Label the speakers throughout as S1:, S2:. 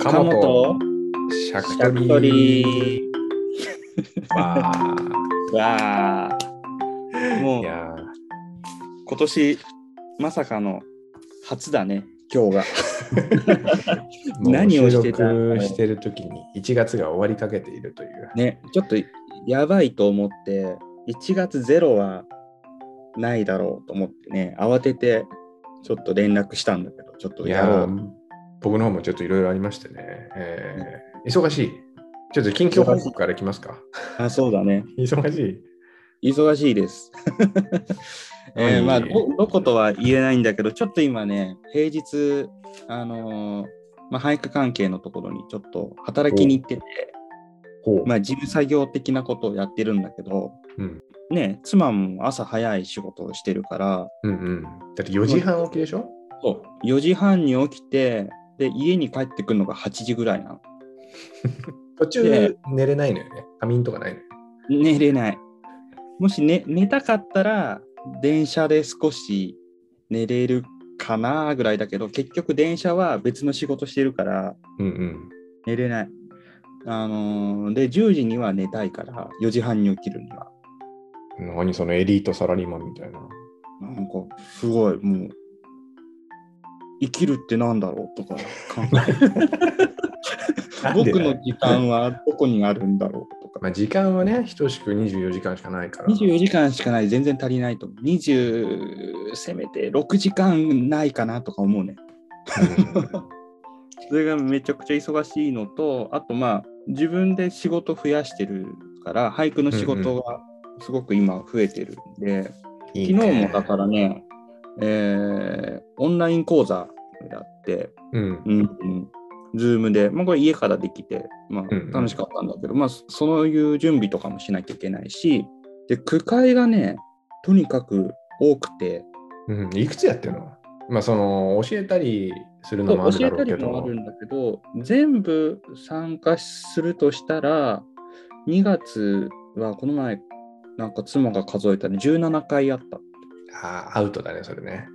S1: 岡本
S2: シャ
S1: シ
S2: ク
S1: ャ
S2: ト
S1: クト
S2: リ
S1: リ
S2: ー。
S1: ー
S2: わー
S1: わあも
S2: いうや
S1: 今年まさかの初だね今日が
S2: ーもう
S1: 何をしてた
S2: 収録してる時に1月が終わりかけているという。
S1: ねちょっとやばいと思って1月ゼロはないだろうと思ってね慌ててちょっと連絡したんだけどちょっと
S2: い
S1: や
S2: や
S1: ろ
S2: ー
S1: う
S2: 僕の方もちょっといろいろありましてね、えー忙しい。ちょっと近況報告からいきますか。
S1: あそうだね
S2: 忙しい。
S1: 忙し いです。えーまあ、
S2: はい
S1: どどことは言えないんだけど、ちょっと今ね、平日、あのーまあ、俳句関係のところにちょっと働きに行ってて、
S2: ほう。
S1: まあ、事務作業的なことをやってるんだけど、
S2: うん
S1: ね、妻も朝早い仕事をしてるから、
S2: うんうん。だって4時半起きでしょ
S1: そう4時半に起きてで、家に帰ってくるのが8時ぐらいなの。
S2: 途
S1: で
S2: 中寝れないのよね。仮眠とかないのよ。
S1: 寝れない。もし、ね、寝たかったら、電車で少し寝れるかなぐらいだけど、結局電車は別の仕事してるから、
S2: うんうん。
S1: 寝れない。あのーで、10時には寝たいから、4時半に起きるには。
S2: 何そのエリートサラリーマンみたいな。
S1: なんか、すごい、もう、生きるってなんだろうとか考え る
S2: なんで
S1: 僕
S2: だよ
S1: の時間はどこにあるんだろうとか。
S2: まあ、時間はね、等しく24時間しかないから。
S1: 24時間しかない、全然足りないと思う。20、せめて6時間ないかなとか思うね。それがめちゃくちゃ忙しいのと、あとまあ、自分で仕事増やしてるから、俳句の仕事がすごく今増えてるんで、
S2: 昨
S1: 昨日もだからね、えーオンライン講座やって、
S2: ら。うん。
S1: うんうん、ズームで、まあ、これ家からできて、ま
S2: うんうん
S1: あ、楽しかったんだけど、まあ、そそういう準備とかもしなきゃいけないし、で、句会がね、とにかく多くて、
S2: うん、いくつやってるのまあ、その、教えたりするのもある
S1: 教
S2: だ
S1: え
S2: ろ
S1: た
S2: う
S1: り
S2: けど。
S1: もあるんだけど、全部参加するとしたら、2月はこの前、なんか妻が数えたね、17回あった。
S2: あーアウトだね、それね。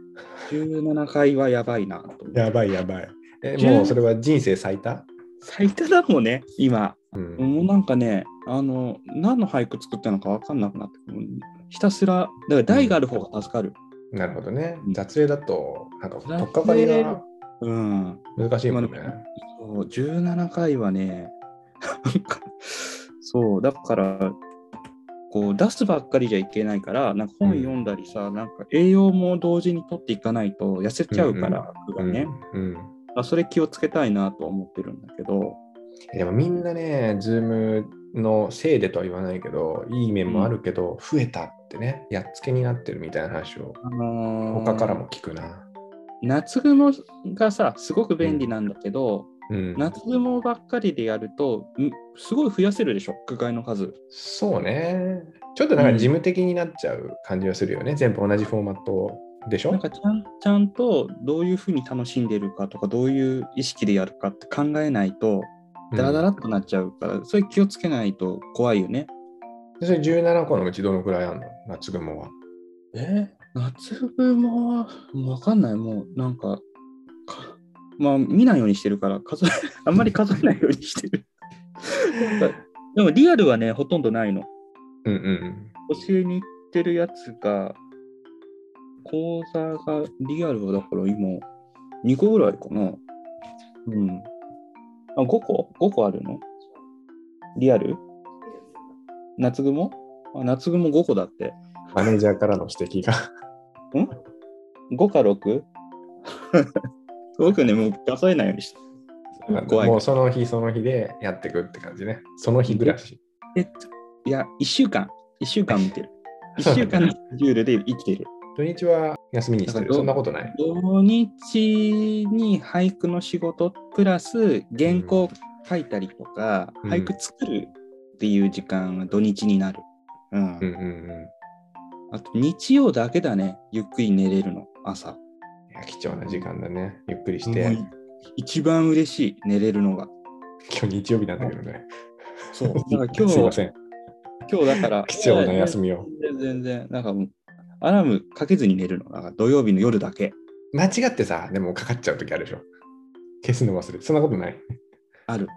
S1: 17回はやばいなと思って
S2: やばいやばい。え
S1: 十
S2: もうそれは人生最多
S1: 最多だもんね、今。
S2: うん
S1: もうなんかね、あの、何の俳句作ったのか分かんなくなってくる、もうひたすら、だから台がある方が助かる。
S2: なるほどね
S1: う。ん
S2: 雑影だと、なんか、
S1: 雑影
S2: とっかかりが
S1: うん。
S2: 難しいもんね。
S1: そう17回はね、なんか、そう、だから、こう出すばっかりじゃいけないから、なんか本読んだりさ、なんか栄養も同時に取っていかないと痩せちゃうから、僕がね、
S2: うんうん
S1: あそれ気をつけたいなとは思ってるんだけど、
S2: でもみんなね、ズームのせいでとは言わないけど、いい面もあるけど、増えたってね、やっつけになってるみたいな話を
S1: あのー
S2: 他からも聞くな。
S1: 夏雲がさ、すごく便利なんだけど、
S2: うん、
S1: 夏雲ばっかりでやると、んすごい増やせるでしょ、区外の数。
S2: そうね。ちょっとなんか
S1: うん
S2: 事務的になっちゃう感じはするよね。全部同じフォーマットでしょ
S1: なんかちゃんちゃんとどういうふうに楽しんでるかとか、どういう意識でやるかって考えないと、ダラダラっとなっちゃうから、それ気をつけないと怖いよね。
S2: うんそれ17個のうちどのくらいあるの夏雲は。
S1: え夏雲はもうわかんない、もうなんか、かまあ見ないようにしてるから、数えあんまり数えないようにしてる。 でもリアルはね、ほとんどないの。
S2: うんうん
S1: 教えに行ってるやつが、講座がリアルはだから今、2個ぐらいかな。うん。あ、5個 ?5 個あるのリアル夏雲あ夏雲5個だって。
S2: うん。マネージャーからの指摘が。
S1: 5か 6? 僕ね、もう数えないようにした。 怖い
S2: もうその日その日でやっていくって感じね。その日暮らし。
S1: えっと、いや、1週間。1週間見てる。1週間のスケジュールで生きてる。
S2: 土日は休みにして
S1: なん
S2: る。
S1: かど
S2: そんなことない。
S1: 土日に俳句の仕事プラス原稿書いたりとか、
S2: うん
S1: 俳句作るっていう時間は土日になる、うん
S2: うんうんうん。
S1: あと日曜だけだねゆっくり寝れるの朝
S2: いや貴重な時間だね。ゆっくりして。
S1: もう一番嬉しい寝れるのが
S2: 今日日曜日なんだけどね。
S1: そうだから今
S2: すいま
S1: 日
S2: せん。
S1: 今日だから
S2: 貴重な休みを。
S1: 全然全然なんかもうアラームかけずに寝るのなんか土曜日の夜だけ
S2: 間違ってさ、でもかかっちゃう時あるでしょ。消すの忘れて。そんなことない。
S1: ある。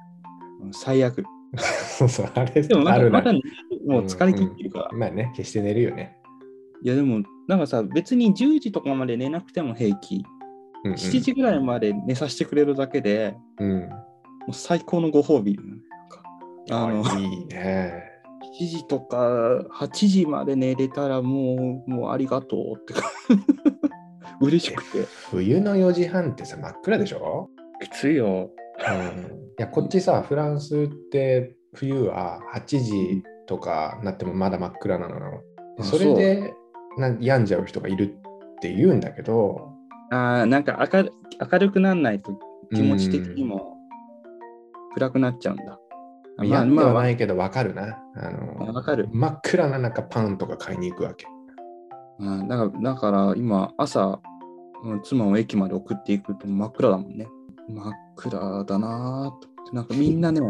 S1: うん最悪。
S2: そうそう、あれ、
S1: でもま
S2: あ
S1: だ
S2: るな
S1: まだもう疲れ切ってるから。
S2: まあね、決して寝るよね。
S1: いやでも、なんかさ、別に10時とかまで寝なくても平気。
S2: うん、うん。
S1: 7時ぐらいまで寝させてくれるだけで、
S2: うん。
S1: もう最高のご褒美。あの
S2: あいいね。
S1: 7時とか8時まで寝れたらもう、もうありがとうって か。嬉しくて。
S2: 冬の4時半ってさ、真っ暗でしょ、
S1: きついよ。
S2: うん、いや、こっちさ、フランスって冬は8時とかなってもまだ真っ暗なのよ。
S1: あ
S2: それでな病んじゃう人がいるって言うんだけど、
S1: ああ、なんか明る明るくならないと気持ち的にも暗くなっちゃうんだ。
S2: うん。まあ、まあ、
S1: ま
S2: ないけどわかるな。あ
S1: あ、
S2: の
S1: わかる。
S2: 真っ暗な中パンとか買いに行くわけ。
S1: うん、だからだから今朝、うん妻を駅まで送っていくと真っ暗だもんね。真っ暗だなぁと思って。なんかみんな ね、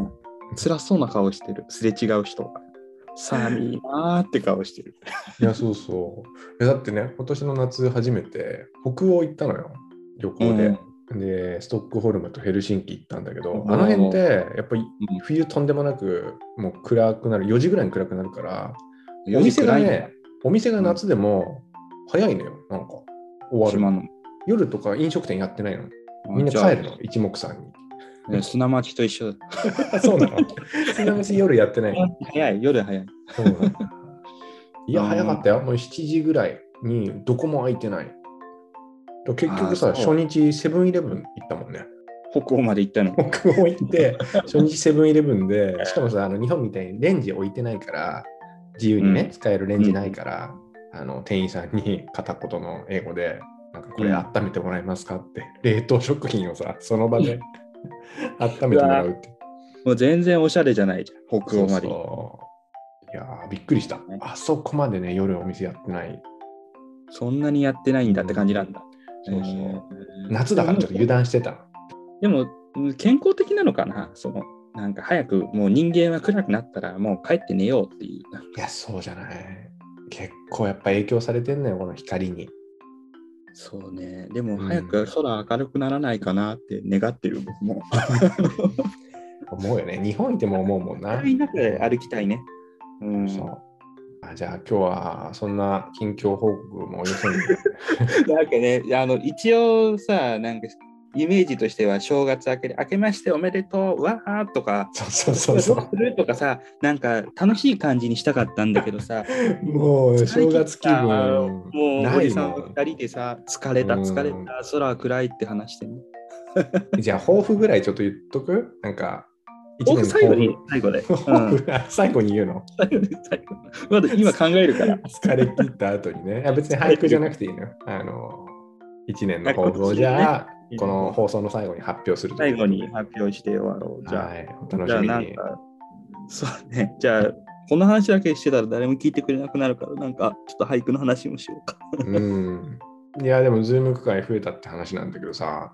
S1: 辛そうな顔してる。すれ違う人が。寒いなーって顔してる。
S2: いや、そうそう。いやだってね、今年の夏初めて北欧行ったのよ、旅行で。で、ストックホルムとヘルシンキ行ったんだけど、
S1: うん
S2: あの辺って、やっぱり
S1: うん
S2: 冬とんでもなく、もう暗くなる、4時ぐらいに暗くなるから、
S1: う ん
S2: お店が
S1: 夜暗い
S2: ね、お店が夏でも早いのよ、なんか。
S1: の
S2: 終わ
S1: 島
S2: る。
S1: の。
S2: 夜とか飲食店やってないの。みんな帰るの、一目散に。
S1: じゃあ砂町と一緒だ。
S2: そうな の。ちなみに夜やってない。
S1: 早い、夜早い。
S2: そうなのいや、
S1: うん
S2: 早かったよ。もう7時ぐらいにどこも空いてない。だから結局
S1: あ
S2: さ、
S1: ーそ
S2: 初日セブンイレブン行ったもんね。
S1: 北欧まで行ったの。
S2: 北欧行って、初日セブンイレブンで、しかもさ、あの日本みたいにレンジ置いてないから、自由にね、
S1: うん
S2: 使えるレンジないから、あの店員さんに片言の英語で、なんかこれ
S1: うん
S2: 温めてもらえますかって、冷凍食品をさ、その場で 温めてもらうって。
S1: もう全然おしゃれじゃないじゃん。北欧まで行っ
S2: そういやーびっくりした
S1: ね。
S2: あそこまでね、夜お店やってない。
S1: そんなにやってないんだって感じなんだ。
S2: そうそう
S1: えー
S2: 夏だからちょっと油断してたの。
S1: でも、うん健康的なのかなその、なんか早く、もう人間は暗くなったら、もう帰って寝ようっていう。
S2: いや、そうじゃない。結構やっぱ影響されてんのよ、この光に。
S1: そうね。でも、
S2: うん
S1: 早く空明るくならないかなって願ってる、僕も。
S2: 思うよね。日本行っても思うもんな。
S1: 暗い中で歩きたいね。うん。
S2: そ
S1: だ
S2: うあじゃあ今日はそんな近況報告もおよ そに。
S1: わけね、あの、一応さ、なんか、イメージとしては正月明けで、明けましておめでとう、わーとか、
S2: そうそうそうそ
S1: するとかさ、なんか楽しい感じにしたかったんだけどさ、
S2: う。もう正月気分
S1: もう
S2: な
S1: お
S2: い
S1: じさん
S2: も
S1: と
S2: ん。
S1: 二人でさ、疲れた、
S2: うん
S1: 疲れた、空は暗いって話してね。
S2: じゃあ抱負ぐらいちょっと言っとくなんか、一
S1: 僕
S2: 年の
S1: 最後に、最 後で。
S2: 抱負。抱
S1: うん
S2: 負あ最後に言うの。
S1: 最後で最後まだ今考えるから。
S2: 疲れ切った後にね。いや別に俳句じゃなくていいのよ。あの、一年の抱負をじゃあ、この放送の最後に発表するとい
S1: 最
S2: うこ
S1: 後
S2: とで
S1: に発表して終わろう。じ
S2: は
S1: ゃ
S2: い、お
S1: あ、
S2: 楽
S1: じゃあ
S2: しみ
S1: なん
S2: に。
S1: か、そうね、じゃあ、この話だけしてたら誰も聞いてくれなくなるから、なんか、ちょっと俳句の話もしようか。
S2: うん。いや、でも、ズーム区会増えたって話なんだけどさ、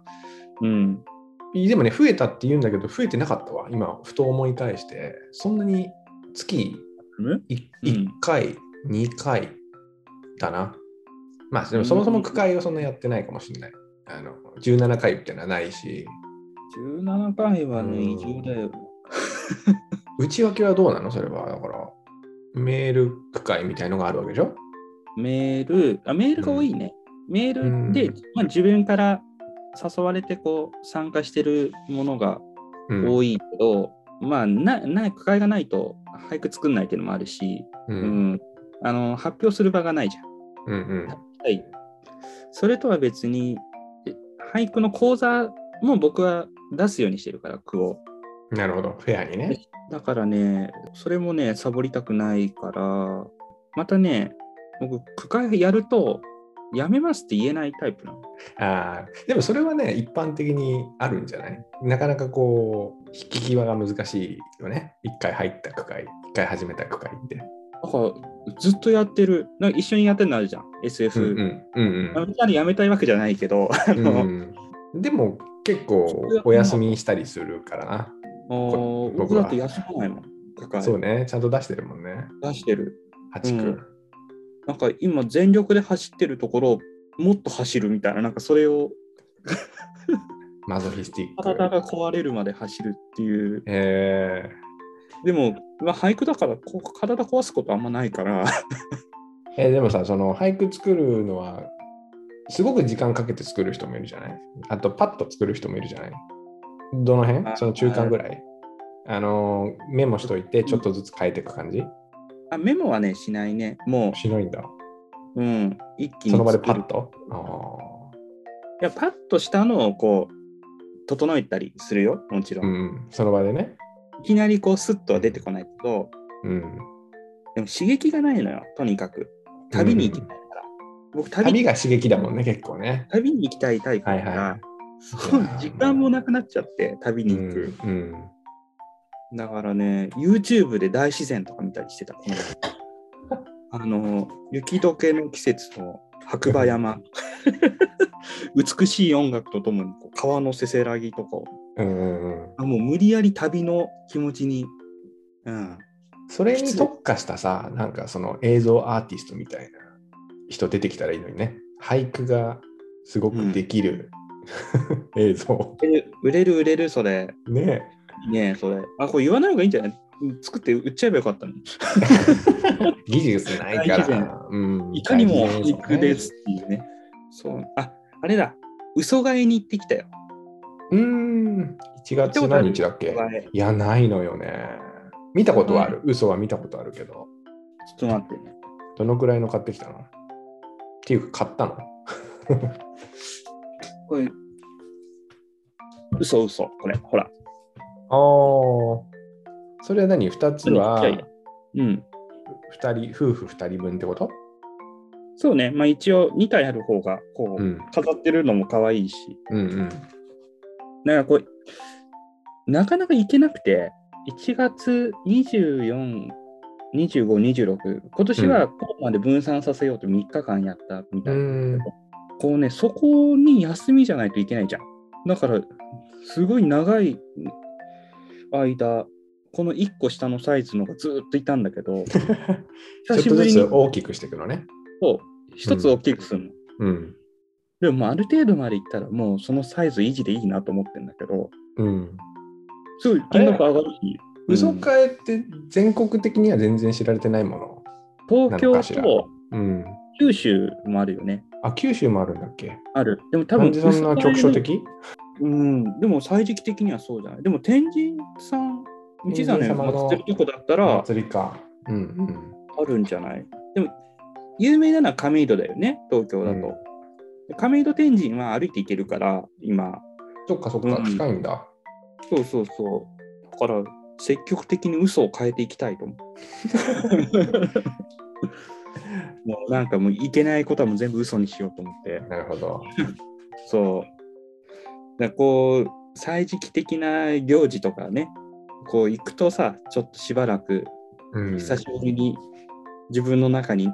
S1: うん。
S2: でもね、増えたって言うんだけど、増えてなかったわ。今、ふと思い返して、そんなに月1
S1: うん
S2: 回、2回だな。まあ、でもそもそも区会をそんなやってないかもしれない。あの17回っていうのはないし、
S1: 17回は
S2: う
S1: ね、
S2: ん
S1: 異常だよ。
S2: 内訳はどうなのそれは、だから、メール区会みたいのがあるわけでしょ
S1: メール、あメールが多いね。メールで、
S2: うん
S1: まあ、自分から誘われてこう参加してるものが
S2: うん
S1: 多いけど、まあなない区会がないと俳句作んないっていうのもあるし、
S2: う
S1: うんんあの発表する場がないじゃん。
S2: うんうん
S1: はい、それとは別にえ俳句の講座も僕は出すようにしてるから句を。
S2: なるほど、フェアにね。
S1: だからね、それもね、サボりたくないから、またね、僕、区会やると、やめますって言えないタイプなの。
S2: あーでもそれはね一般的にあるんじゃないなかなかこう引き際が難しいよね一回入った区会一回始めた区会って
S1: だから、ずっとやってる、なんか一緒にやってるのあるじゃん、SF。
S2: うんうんう
S1: あ
S2: ん
S1: みんなでやめたいわけじゃないけ ど、あ
S2: うん、
S1: の
S2: うん、でも結構お休みしたりするから
S1: もう
S2: 僕
S1: 僕
S2: は
S1: だって休まないもん。区
S2: な
S1: 会
S2: そうねちゃんと出してるもんね
S1: 出してる。
S2: 8区、
S1: なんか今、全力で走ってるところを、もっと走るみたいな、なんかそれを
S2: マゾフィスティック。
S1: 体が壊れるまで走るっていう。
S2: え
S1: でも、まあ、俳句だからこう体壊すことあんまないから。
S2: ーえーでもさ、その俳句作るのは、すごく時間かけて作る人もいるじゃないあと、パッと作る人もいるじゃないどの辺
S1: あ
S2: その中間ぐらい。あのー、メモしといて、ちょっとずつ変えていく感じ
S1: あメモはね、しないね。も
S2: しないんだ。
S1: う、うん、一気に作る。
S2: その場でパ
S1: い
S2: ッとあ
S1: や、パッとしたのをこう、整えたりするよ、もちろ。
S2: あ。うんん、その場でね。
S1: いきなりこう、スッとは出てこないけど、
S2: うん。
S1: でも刺激がないのよ、とにかく。旅に行きたいから。僕旅
S2: 旅
S1: に、
S2: が刺激だもんね、結構ね。
S1: 旅に行きたいタイプだから、
S2: はいはい
S1: そう時間もなくなっちゃって、旅
S2: う
S1: に行く。
S2: ん。うん
S1: だからね、YouTube で大自然とか見たりしてた。 あの、雪解けの季節の白 馬山。美しい音楽とともにこう川のせせらぎとかを
S2: うんうんうん。
S1: あもう無理やり旅の気持ちに、うん、
S2: それに特化したさ、なんかその映像アーティストみたいな人出てきたらいいのにね。俳句がすごくできる、 映像。
S1: 売れる売れる売れるそれ
S2: ね
S1: ねえそれあこれ言わない方がいいんじゃない作って売っちゃえばよかったの
S2: 技術ないか
S1: 大事だ
S2: ら。うん
S1: いかにも
S2: 大事
S1: 俳句ですっていうねそうああれだ嘘替えに行ってきたよ
S2: うん。1月何日だっけ
S1: 嘘替え
S2: いや、ないのよね。見たことはある。嘘は見たことあるけど。
S1: ちょっと待ってね
S2: どのくらいの買ってきたのっていうか、買ったの
S1: これ嘘嘘これほら
S2: ああ。それは何 ?2 つは
S1: ちっちゃいうん
S2: 二人、夫婦2人分ってこと
S1: そうねまあ一応2体ある方がこう、
S2: うん。
S1: 飾ってるのも可愛いし
S2: うんうん。
S1: なんかこう、なかなか行けなくて、1月24、25、26、今年はコロナで分散させようと3日間やったみたい な、
S2: うん
S1: こうね、そこに休みじゃないといけないじゃん。だから、すごい長い間、この1個下のサイズのがずっといたんだ けど、久し
S2: ちょっ
S1: ぶ
S2: とず
S1: りに
S2: つ大きくしていくのね。
S1: そう一つ大きくするの。
S2: うん。
S1: でも、ある程度までいったら、もうそのサイズ維持でいいなと思ってんだけど、
S2: うん。
S1: すごい金額上がるし。
S2: 嘘
S1: うん
S2: 替えって全国的には全然知られてないも
S1: 東
S2: なの
S1: 京
S2: かしら
S1: と
S2: の。うん。
S1: 九州もあるよね。
S2: あ、九州もあるんだっけ
S1: ある。でも多
S2: なん
S1: 分、
S2: でそんな局所的
S1: うん、でも最時期的にはそうじゃない。でも天神さん、道真
S2: 天神様の
S1: の祭ってるとこだったら
S2: 祭りか。うんうん。
S1: あるんじゃないでも、有名なのは亀戸だよね、東京だと。
S2: うん
S1: で亀戸天神は歩いて行けるから、今。
S2: そっかそっ
S1: う
S2: か、
S1: ん
S2: 近いんだ。
S1: そうそうそう。だから、積極的に嘘を変えていきたい と思う。もうなんかもういけないことはもう全部嘘にしようと思って。
S2: なるほど。
S1: そう。だからこう、祭時期的な行事とかね、こう行くとさ、ちょっとしばらく
S2: うん、
S1: 久しぶりに自分の中に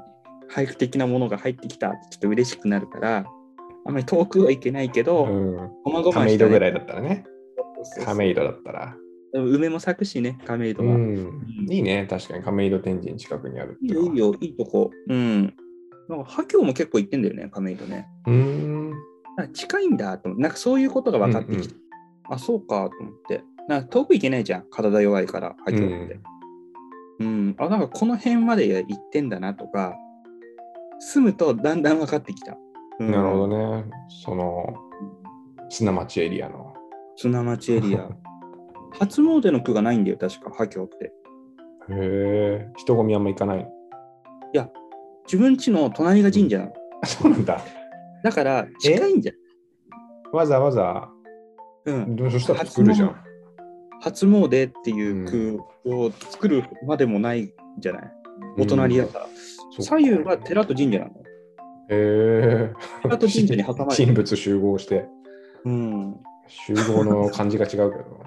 S1: 俳句的なものが入ってきたってちょっと嬉しくなるから、あんまり遠くはいけないけど、
S2: う
S1: こま
S2: ん。
S1: ごま
S2: 亀
S1: し
S2: 戸
S1: た
S2: ぐら
S1: ね
S2: いだったらね。
S1: そうそう
S2: 亀戸だったら。
S1: でも梅も咲くしね、亀戸
S2: う
S1: は。
S2: ん。いいね、確かに亀戸天神近くにあるって
S1: いい
S2: い
S1: よ、
S2: う
S1: い
S2: のは。
S1: いよ、いいとこ。うん。なんか、破教も結構行ってんだよね、亀戸ね。
S2: うん。
S1: あ近いんだと思って、なんかそういうことが分かってきて、あ、そうかと思って。なんか遠く行けないじゃん、体弱いから、
S2: う
S1: 破
S2: ん
S1: 教っ
S2: う
S1: て。
S2: ん。
S1: うん、あなんかこの辺まで行ってんだなとか住むとだんだん分かってきた、うん
S2: なるほどね。その砂町エリアの。
S1: 砂町エリア 初詣の句がないんだよ確か破教って
S2: へえ。人混みあんま行かない。
S1: 自分家の隣が神社なの
S2: あそうなんだ。
S1: だから近いんじゃん
S2: わざわざ、
S1: うん、
S2: でもそしたら作るじゃん。
S1: 初詣っていう句を作るまでもないじゃない、お隣だから、
S2: そう
S1: 左右は寺と神社なの
S2: へえ。
S1: 寺と神社に挟まれて
S2: 神
S1: る、
S2: 仏集合して、
S1: うん、
S2: 集合の感じが違 うけど。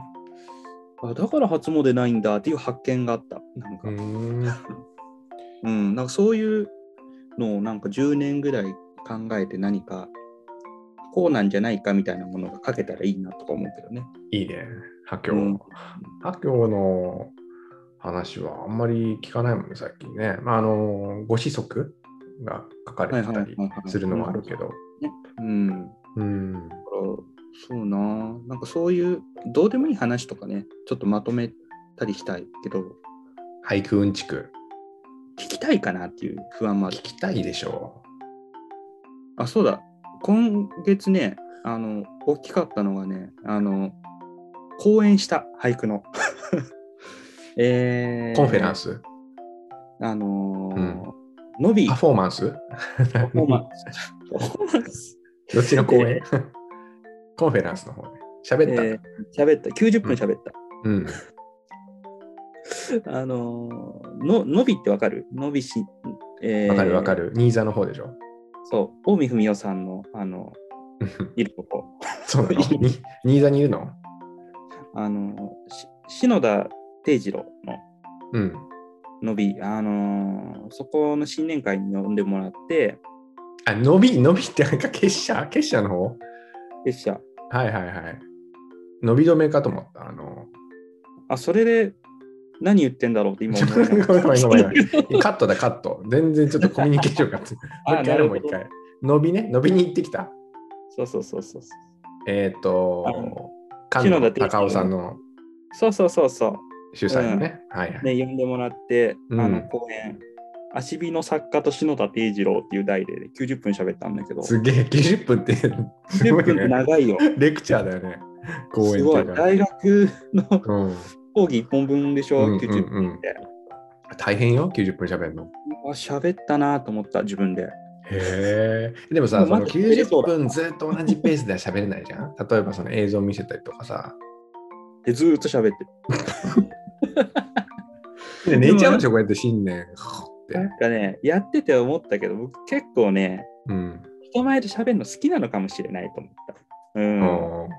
S1: あだから初詣ないんだっていう発見があったなんか
S2: う、ーん。
S1: うん、なんかそういうのをなんか10年ぐらい考えて何かこうなんじゃないかみたいなものが書けたらいいなとか思うけどね。
S2: いいね。破
S1: う
S2: 鏡
S1: ん。
S2: 破鏡の話はあんまり聞かないもんね、最近ね。まあ、あの、ご子息が書かれてたりするのもあるけど。
S1: うん、だか
S2: うん。
S1: らそうなあなんかそういうどうでもいい話とかねちょっとまとめたりしたいけど
S2: 俳句うんちく。
S1: 聞きたいかなっていう不安もある
S2: 聞きたいでしょ
S1: あそうだ今月ねあの大きかったのがねあの講演した俳句の え
S2: う。
S1: ー、
S2: コンフェラン
S1: ス
S2: ス、
S1: あのー
S2: うん
S1: のび
S2: パフォーマンス
S1: パフォーマンスパフォーマンス
S2: どっちの公演コンフェランスの方ね。喋った、
S1: えー喋った90分喋った、
S2: うん。
S1: あのーののびってわかるのびしえー
S2: わかるわかる。新座の方でしょ。
S1: そう近江文代さんのあのいるとこ
S2: そうなのに新座にいるの
S1: あのし篠田定次郎の
S2: うん。
S1: のび、あのーそこの新年会に呼んでもらって、
S2: あ、伸び、伸びってなんか結社結社の方
S1: でした。
S2: はいはいはい。伸び止めかと思った。あの、
S1: あ、それで何言ってんだろうって今思い
S2: ごめんごめんごめん
S1: ながら
S2: カットだカット。全然ちょっとコミュニケーションが。もう
S1: あ
S2: 一回やろうもう
S1: なるほ
S2: 一
S1: ど
S2: 回。伸びね、伸びに行ってきた。
S1: そうそうそうそう。
S2: えっ、ー、と
S1: あの、
S2: 菅野
S1: 篠田
S2: 高尾さんの
S1: そうそうそうそ
S2: 主催のね。はいは
S1: う。
S2: い。
S1: ね、呼んでもらって、
S2: うん
S1: あの講演、足火の作家と篠田定次郎っていう題で90分喋ったんだけど、
S2: すげえ、90分 って、すご
S1: 90
S2: い
S1: 分って
S2: ね。
S1: 長いよ。
S2: レクチャーだよね。公演
S1: す
S2: って
S1: ご
S2: い
S1: い。
S2: うか。
S1: 大学の
S2: うん
S1: 講義1本分でしょ、
S2: うん
S1: 90
S2: う
S1: 分。
S2: んうん大変よ、90分喋るの。
S1: あ、喋ったなと思った、自分で。
S2: へえ。でもさ、
S1: で
S2: そ
S1: も
S2: の
S1: 待って
S2: 90分ずっと同じペースでは喋れないじゃん。例えばその映像見せたりとかさ。
S1: で、ずーっと喋って
S2: で寝ちゃうでしょ、こうやって新年。って
S1: なんかね、やってて思ったけど、僕結構ね、
S2: うん。
S1: 人前で喋るの好きなのかもしれないと思った。うん。
S2: うん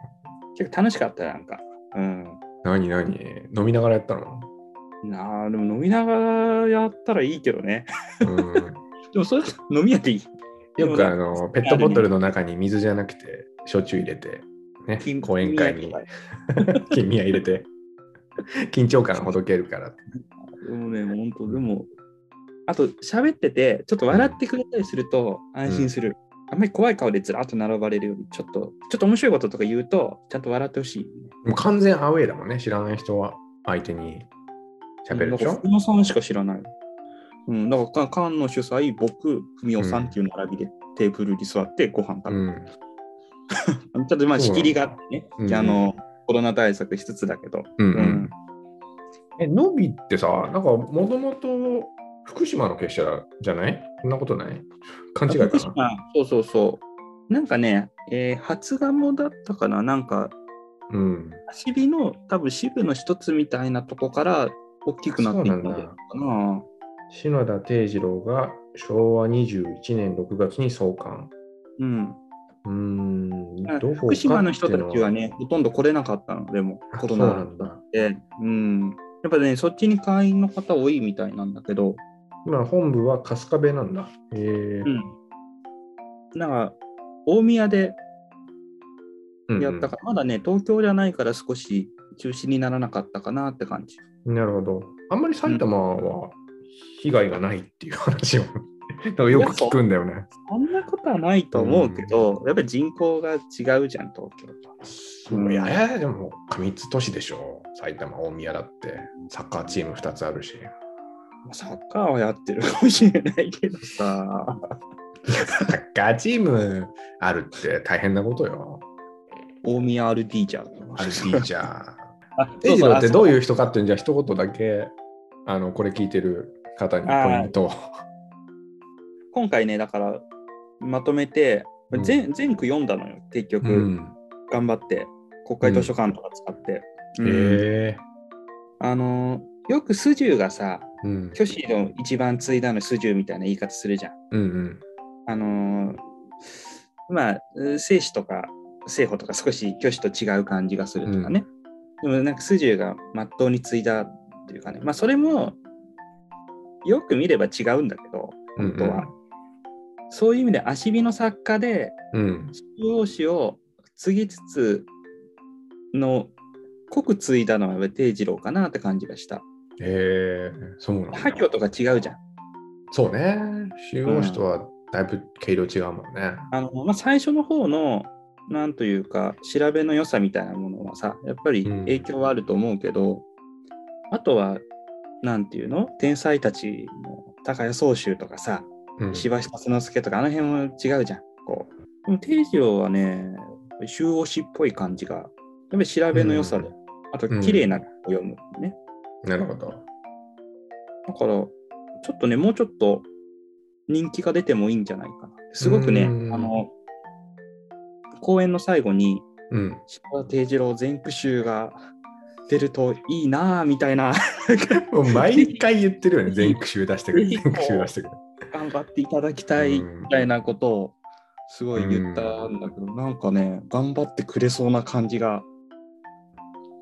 S1: 結構楽しかった、なんか。うん。
S2: 何何飲みながらやったの
S1: なあ、でも飲みながらやったらいいけどね。
S2: うん。
S1: でもそれ飲み屋でいい。
S2: よくあの、ペットボトルの中に水じゃなくて、焼酎入れて、ね、講演会に
S1: 飲み屋と
S2: 金宮入れて、緊張感ほどけるから。
S1: かでもね、本当でも、あと喋ってて、ちょっと笑ってくれたりすると安心する。あんまり怖い顔でずらっと並ばれるより、ちょっと、ちょっと面白いこととか言うと、ちゃんと笑ってほしい。
S2: もう完全アウェーだもんね、知らない人は相手に喋るでし
S1: な
S2: ょ
S1: んか。福野さんしか知らない。うん、だからか菅の主催、僕、文夫さんっていう並びでテーブルに座ってご飯食べ
S2: う
S1: る、
S2: ん。
S1: ちょっとまあ仕切りがあってね、
S2: うん
S1: あのコロナ対策しつつだけど、
S2: うんうん。え、のびってさ、なんかもともと福島の結社じゃないそんなことない勘違い
S1: 福
S2: かな。
S1: 島そうそうそう、なんかね、えー初鴨だったかな、なんか、
S2: うん。
S1: 足火の多分支部の一つみたいなとこから大きくなっていったんじゃないかな。
S2: 篠田定次郎が昭和21年6月に創刊。
S1: うん、
S2: うーん。どこか
S1: 福島の人たちは
S2: っていう
S1: ね、ほとんど来れなかったので、も
S2: あ
S1: コロナ
S2: そうなんだ
S1: で、うん、やっぱね、そっちに会員の方多いみたいなんだけど、
S2: のは、今本部は春日部なんだ。えー
S1: うん、なんか大宮で
S2: うんうん
S1: やったから、まだね東京じゃないから少し中止にならなかったかなって感じ
S2: なるほど。あんまり埼玉は被害がないっていう話を、なんかよく聞くんだよね。
S1: そんなことはないと思うけど、やっぱり人口が違うじゃん東京とうん
S2: いやいや、でも過密都市でしょ。埼玉、大宮だって、サッカーチーム2つあるし。
S1: サッカーはやってるかもしれないけどさ
S2: サッカーチームあるって大変なことよ。
S1: 大宮 RD じゃん
S2: あるし、じゃ あ。
S1: あ
S2: テイジローってどう
S1: う
S2: いう人かっていうんじゃ、一言だけ、あの、これ聞いてる方にポイントを。
S1: 今回ねだからまとめて
S2: うん
S1: 全全区読んだのよ結局、
S2: うん。
S1: 頑張って国会図書館とか使って、うん
S2: ええ
S1: あのーよくスジュがさ
S2: うん。
S1: 虚子の一番継いだの主従みたいな言い方するじゃん。
S2: うんうん。
S1: あのーまあう生死とか生法とか少し虚子と違う感じがするとかね。でもなんか主従が真っ当に継いだっていうかねまあそれもよく見れば違うんだけど
S2: うん
S1: 本当は。そういう意味で足火の作家で
S2: うん。
S1: 中央子を継ぎつつの濃く継いだのは定次郎かなって感じがした。
S2: ええそうなんだ。
S1: 破教とか違うじゃん。
S2: そうね。集合詞とはだいぶ毛色違うもんね。
S1: あのまあ、最初の方のなんというか調べの良さみたいなものはさやっぱり
S2: うん
S1: 影響はあると思うけど、あとはなんていうの天才たちの高谷宗秀とかさ
S2: うん
S1: 柴下之助とかあの辺も違うじゃんこうでも定次郎はね周押しっぽい感じがやっぱり調べの良さで、
S2: う
S1: あと綺麗な句を読むね、
S2: なるほど。
S1: だから、ちょっとね、もうちょっと人気が出てもいいんじゃないかな。すごくね、あ
S2: うん
S1: の、公演の最後に、
S2: うん。
S1: 柴田定次郎全句集が出るといいなぁ、みたいな、
S2: もう毎回言ってるよね。 全句集出してくれ。
S1: ぜひ
S2: 全句集出してくれ。
S1: 頑張っていただきたい、
S2: うん
S1: みたいなことを、すごい言ったんだけど、なんかね、頑張ってくれそうな感じが、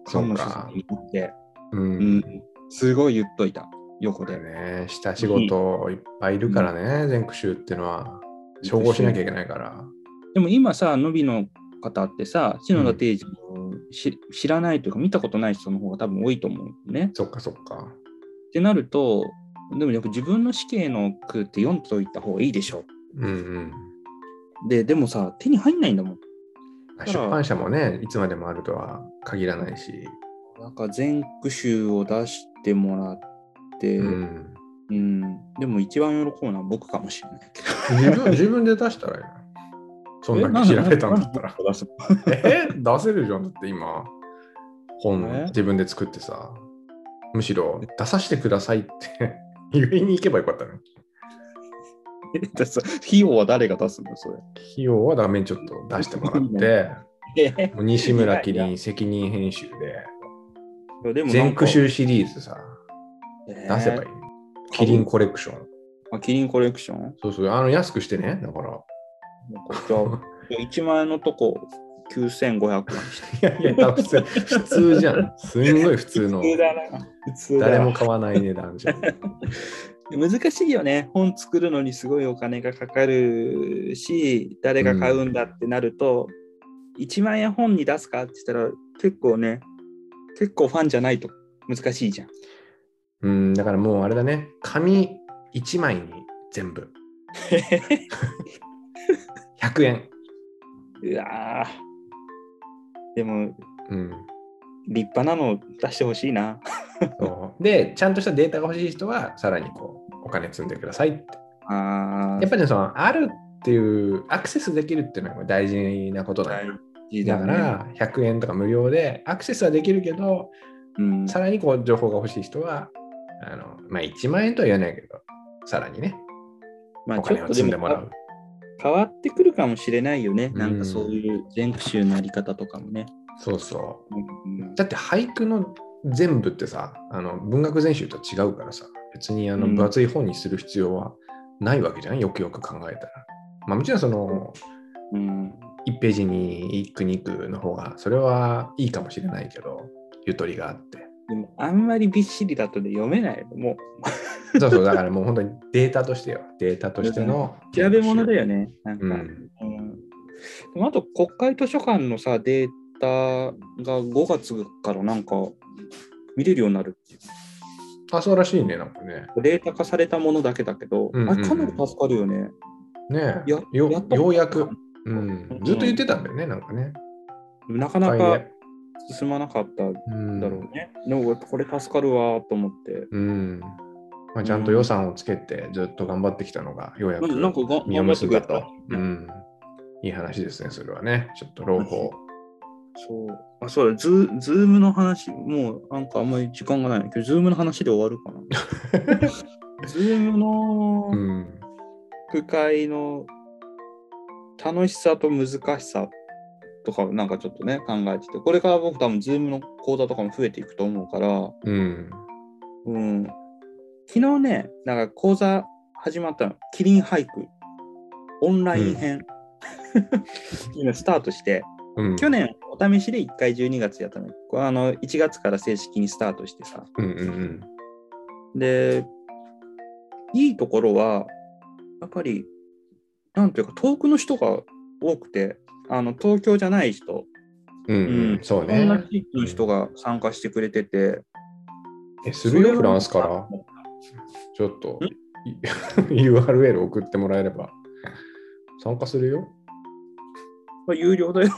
S2: そうか
S1: さんにって、
S2: う。
S1: うんん、すごい言っといた、横
S2: これ
S1: で。
S2: ね、下仕事いっぱいいるからね、全句集ってのは。照合しなきゃいけないから。
S1: でも今さ、のびの方ってさ、篠田定治をし知らないというか、見たことない人の方が多分多いと思うね。
S2: そっかそっか。
S1: ってなると、でもやっぱ自分の死刑の句って読んといた方がいいでしょ。
S2: うんうん。
S1: で、でもさ、手に入んないんだもん。
S2: まあ出版社もね、いつまでもあるとは限らないし。
S1: なんか全句集を出してもらって、
S2: う
S1: う
S2: ん。
S1: ん、でも一番喜ぶのは僕かもしれないけ
S2: 自分自分で出したらいいな。そんだけ調べたんだったら。
S1: ど。出す
S2: え出せるじゃんだって今
S1: え
S2: 本自分で作ってさむしろ出させてくださいって 言いに行けばよかったのに
S1: 出す費用は誰が出すんだ、それ。
S2: 費用はダメにちょっと出してもらってもう西村キリン責任編集
S1: で
S2: で全句
S1: 出
S2: 集シリーズさ
S1: せ
S2: 出せばいい、キリンコレクション
S1: あキリンコレクション
S2: そうそうあの安くしてねだから
S1: なんかじゃあ 1万円のとこ9500円して。
S2: いやいや多分普通普通じゃんすんごい普通の
S1: な。普通だ
S2: 誰も買わない値段じゃん
S1: 難しいよね。本作るのにすごいお金がかかるし、誰が買うんだってなると、1万円本に出すかって言ったら、結構ね、結構ファンじゃないと難しいじゃん。
S2: うん、だからもうあれだね、紙1枚に全 部。100円。
S1: うわーでも、
S2: うん、
S1: 立派なの出してほしいな。
S2: そうで、ちゃんとしたデータが欲しい人は、さらにこう、お金積んでくださいって。
S1: あ
S2: やっぱりねその、あるっていう、アクセスできるっていうのが大事なことだ、よ
S1: り
S2: だか、ら、100円とか無料で、アクセスはできるけど、
S1: うん、
S2: さらにこう、情報が欲しい人は、あのまあ、1万円とは言わないけど、さらにね、
S1: まあ
S2: お
S1: ち
S2: 金
S1: ょっ
S2: を
S1: とで
S2: 積んでもら
S1: も
S2: う。
S1: 変わってくるかもしれないよね。
S2: うん
S1: なんかそういう全復習のあり方とかもね。
S2: そうそう。
S1: うん
S2: だって俳句の全部ってさあの文学全集とは違うからさ別にあの
S1: うん
S2: 分厚い本にする必要はないわけじゃん、よくよく考えたら。まあもちろんその
S1: うん
S2: 1ページに1句2句の方がそれはいいかもしれないけどゆとりがあって。
S1: でもあんまりびっしりだとね読めないよも
S2: そうそうだからもう本当にデータとしてよデータとしての。
S1: う 調べ物だよね。なんか、
S2: う
S1: うん
S2: ん。
S1: でもあと国会図書館のさデータが5月からなんか見れるようになるってい
S2: あそうらしいねなんかね。
S1: うデータ化されたものだけだけど、
S2: うんうんうん
S1: あれかなり助かるよね。
S2: ねえ
S1: や
S2: よ
S1: やっと
S2: ようやく、うん、ずっと言ってたんだよねなんかね。
S1: なかなか
S2: いっぱいで
S1: 進まなかったん
S2: うん
S1: だろうね。でもこれ助かるわーと思って。
S2: うんまあ、ちゃんと予算をつけてずっと頑張ってきたのがようやく
S1: うんなんかが
S2: 実を結んだ
S1: 頑
S2: と
S1: 張って。
S2: う
S1: くれた
S2: ん、いい話ですね、それはね。ちょっと朗報。
S1: そう。あ、そうだ、ズーズームの話、もうなんかあんまり時間がないんだけど、ズームの話で終わるかな。ズーム
S2: う
S1: の
S2: ん、
S1: 副会の楽しさと難しさとか、なんかちょっとね、考えてて、これから僕多分、ズームの講座とかも増えていくと思うから、
S2: うん、
S1: うん。昨日ね、なんか講座始まったの、キリン俳句、オンライン編、 今スタートして、
S2: うん。
S1: 去年お試しで1回12月やったのにこうあの1月から正式にスタートしてさ
S2: うんうん
S1: でいいところはやっぱりなんていうか遠くの人が多くてあの東京じゃない人
S2: うん。うん、う
S1: うん
S2: ん、そう
S1: いろんな
S2: ね。
S1: 地域の人が参加してくれてて、
S2: え、するよ、
S1: それは
S2: フランスから。ちょっとい URL 送ってもらえれば。参加するよ。
S1: まあ、有料だよ。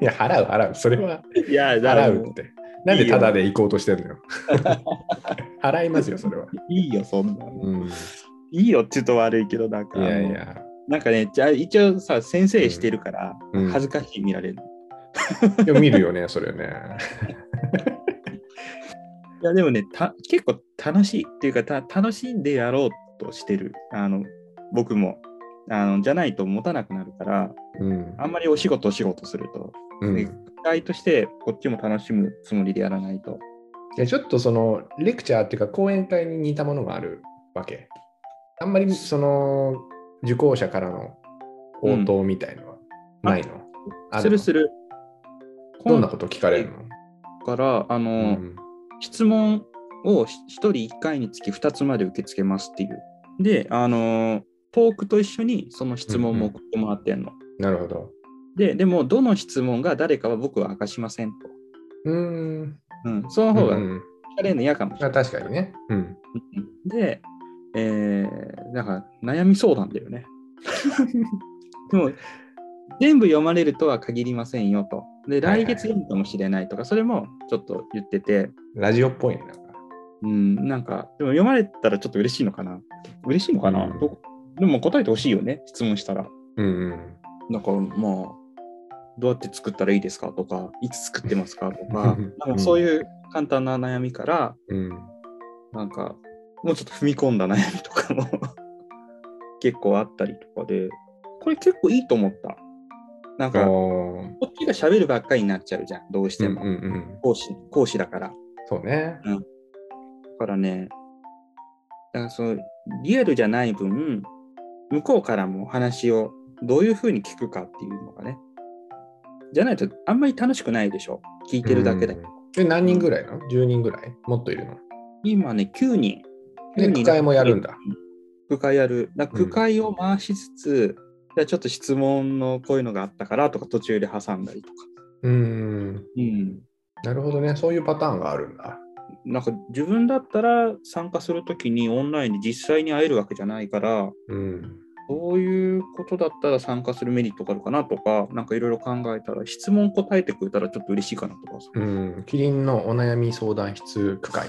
S2: いや、払う、払う。それはい
S1: や、
S2: 払うって。なんでタダで行こうとしてる のよ。払いますよ、それは。
S1: いいよ、そんな。
S2: うん、い
S1: いいよって言うと悪いけど、なんか、
S2: やいや。
S1: なんかね、じゃあ一応さ、先生してるから、
S2: うん
S1: 恥ずかしい見られる。
S2: でも見るよね、それね。
S1: いや、でもね、た結構楽しいっていうかた、楽しんでやろうとしてる。あの、僕も。あのじゃないと持たなくなるから、
S2: うん。
S1: あんまりお仕事お仕事すると、
S2: う
S1: ね
S2: ん、
S1: 期待としてこっちも楽しむつもりでやらないと。
S2: でちょっとその、レクチャーっていうか、講演会に似たものがあるわけ。あんまり、その、受講者からの応答みたいのはないの。あ
S1: するする。
S2: どんなこと聞かれるの、
S1: 今から、あの、
S2: うん
S1: 質問を1人1回につき2つまで受け付けますっていう。で、あのートークと一緒にその質問も送ってもらってんの。
S2: なるほど。
S1: で、でも、どの質問が誰かは僕は明かしませんと。
S2: うーん。
S1: うん、その方が
S2: う
S1: 聞
S2: ん
S1: かれるの嫌かもしれ
S2: あ確かにね。うん。
S1: ない。で、えー、だから悩み相談だよね。 でも、全部読まれるとは限りませんよと。で、
S2: はいはい
S1: 来月読むかもしれないとか、それもちょっと言ってて、
S2: ラジオっぽいねなんか。
S1: うん、なんか、でも読まれたらちょっと嬉しいのかな。嬉しいのかな、
S2: うん
S1: どこでも答えてほしいよね、質問したら。
S2: うんうん。
S1: なんか、まあ、どうやって作ったらいいですかとか、いつ作ってますかとか、
S2: うん
S1: なんかそういう簡単な悩みから、
S2: うん、
S1: なんか、もうちょっと踏み込んだ悩みとかも 結構あったりとかで、これ結構いいと思った。なんか、こ
S2: おー
S1: っちが喋るばっかりになっちゃうじゃん、どうし
S2: うん
S1: て
S2: うん
S1: も。
S2: うん、
S1: 講師講師だから。
S2: そうね。
S1: だからね、だからそのリアルじゃない分、向こうからも話をどういうふうに聞くかっていうのがね、じゃないとあんまり楽しくないでしょ、聞いてるだけで。
S2: うんで、何人ぐらいの ?10 人ぐらいもっといるの
S1: 今ね、9人。
S2: で、
S1: 9人
S2: 区会もやるんだ。
S1: 区会やる。だから
S2: うん
S1: 区会を回しつつ、じゃあちょっと質問のこういうのがあったからとか、途中で挟んだりとか。
S2: うーん。
S1: うん、
S2: なるほどね。そういうパターンがあるんだ。
S1: なんか自分だったら参加するときにオンラインで実際に会えるわけじゃないから、
S2: うん。
S1: どういうことだったら参加するメリットがあるかなとか、なんかいろいろ考えたら、質問答えてくれたらちょっと嬉しいかなとかさ。
S2: うん。キリンのお悩み相談室区会。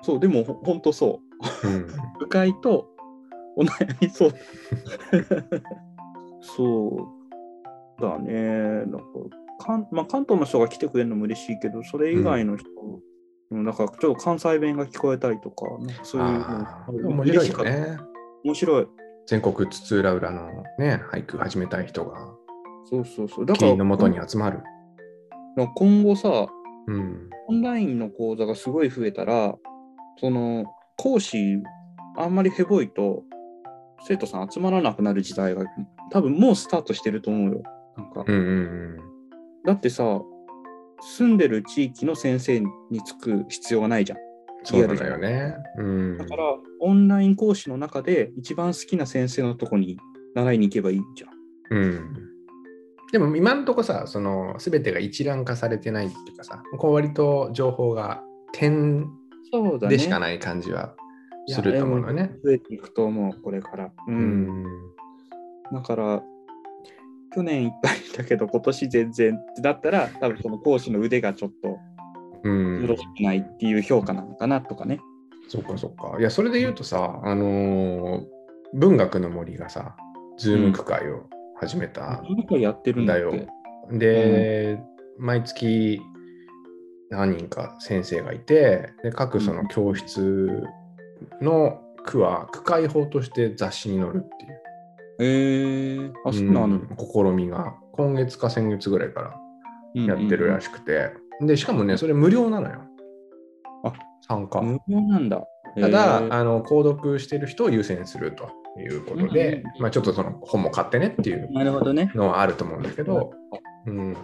S1: そう、でもほほんとそ
S2: うん。
S1: う。部会とお悩みそう。 そうだね。なんか関まあ、関東の人が来てくれるのも嬉しいけど、それ以外の人、うん、なんかちょっと関西弁が聞こえたりとか、なんかそういう
S2: ああ、
S1: の
S2: 面白い
S1: か
S2: よ
S1: った。
S2: ね。
S1: 面白い。
S2: 全国津々浦々のね、俳句始めたい人が、
S1: そうそうそう。だ
S2: キ
S1: か
S2: リ
S1: ら、
S2: ンのもとに集まる。
S1: なんか今後さ、
S2: うん。
S1: オンラインの講座がすごい増えたら、その講師、あんまりヘボいと、生徒さん集まらなくなる時代が、多分もうスタートしてると思うよ。なんか
S2: うんうん
S1: だってさ、住んでる地域の先生につく必要がないじゃん。
S2: うん。そうなんだよね。うん。
S1: だから、オンライン講師の中で一番好きな先生のとこに習いに行けばいいじゃん。
S2: うんでも今のとこさその全てが一覧化されてないっていうかさこう割と情報が点
S1: そうだね。
S2: でしかない感じはい
S1: や
S2: すると思うのよね。
S1: 増えていくと思う、これから。
S2: う
S1: うん
S2: ん
S1: だから、去年いっぱいだけど、今年全然ってだったら、多分その講師の腕がちょっと
S2: うん
S1: よろしくないっていう評価なのかなとかね。
S2: そっかそっか。いやそれで言うとさあのー文学の森がさズーム区会を始めた
S1: 何かやってるんだっ
S2: だ
S1: け
S2: よ。で、毎月何人か先生がいてで各その教室の区は区会法として雑誌に載るっていう
S1: えー、あ、そうなの、
S2: うん試みが今月か先月ぐらいからやってるら
S1: し
S2: しくて、でしかもねそれ無料なのよ
S1: あ
S2: 参加、
S1: 無料なんだ。
S2: ただ、
S1: えー
S2: あの購読してる人を優先するということで、
S1: うん
S2: まあ、ちょっとその本も買ってねっていう
S1: なるほどね。
S2: のはあると思うんだけど、うん、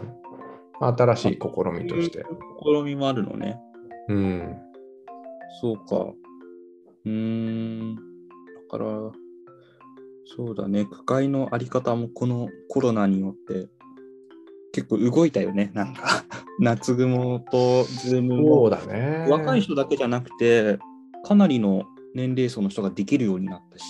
S2: 新しい試みとして。
S1: 試みもあるのね。
S2: うん、
S1: そうか。うーん。だから、そうだね。区会のあり方もこのコロナによって結構動いたよね。なんか、 夏雲とズーム
S2: そう
S1: も。
S2: だね。
S1: 若い人だけじゃなくて、かなりの年齢層の人ができるようになったし、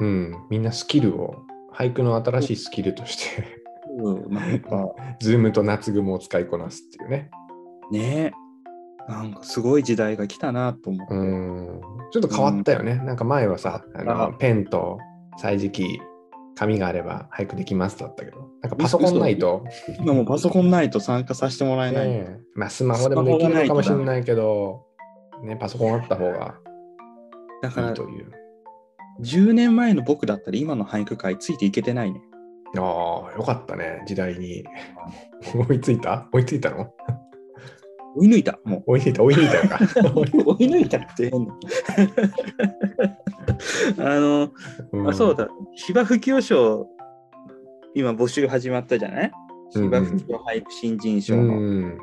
S2: うん、みんなスキルを、俳句の新しいスキルとして
S1: そう、なんか、
S2: ズームと夏雲を使いこなすっていうね。
S1: ねなんかすごい時代が来たなと思って。
S2: うん。ちょっと変わったよね。なんか前はさ、あの
S1: あ
S2: ペンと歳時記、紙があれば俳句できますだったけど、なんかパソコンないと、
S1: 今もうパソコンないと参加させてもらえない。
S2: ねえまあスマホでもできるのかもしれないけど、ね、パソコンあった方が
S1: だか
S2: いい
S1: ら
S2: と、いう。
S1: 10年前の僕だったら今の俳句会ついていけてないね。
S2: ああ、よかったね、時代に。追いついた追いついたの
S1: 追い抜いた、もう。
S2: 追い抜い た、追い抜いたのか。
S1: 追い抜いたって変だ。 あの、
S2: うん
S1: あそう。だ、芝生清賞、今募集始まったじゃない
S2: うん
S1: 芝生清俳句新人
S2: う
S1: 賞の
S2: ん。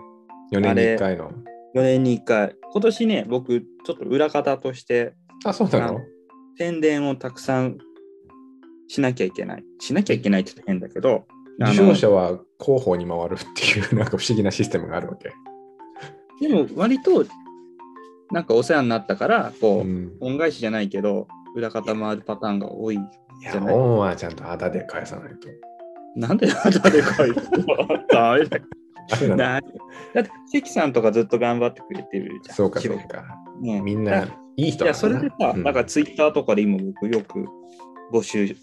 S2: 4年に1回の。
S1: 4年に1回。今年ね、僕、ちょっと裏方として
S2: あ、そうなの
S1: 宣伝をたくさんしなきゃいけない。しなきゃいけないって言ったら変だけど、あの
S2: 受賞者は広報に回るっていう、なんか不思議なシステムがあるわけ。
S1: でも割と、なんかお世話になったから、こう、
S2: うん
S1: 恩返しじゃないけど、裏方回るパターンが多い。
S2: いや、
S1: じゃない
S2: 恩はちゃんとあだで返さないと。
S1: なんであだでかいの ダメだよ
S2: あれだな
S1: な だって、関さんとかずっと頑張ってくれてるじゃん。
S2: そうか、そう
S1: 仕
S2: か。
S1: 事ね
S2: みん
S1: だか
S2: な
S1: ら、
S2: いい人
S1: い
S2: だ
S1: や、それでさ、なんかツイッターとかで今僕よく募集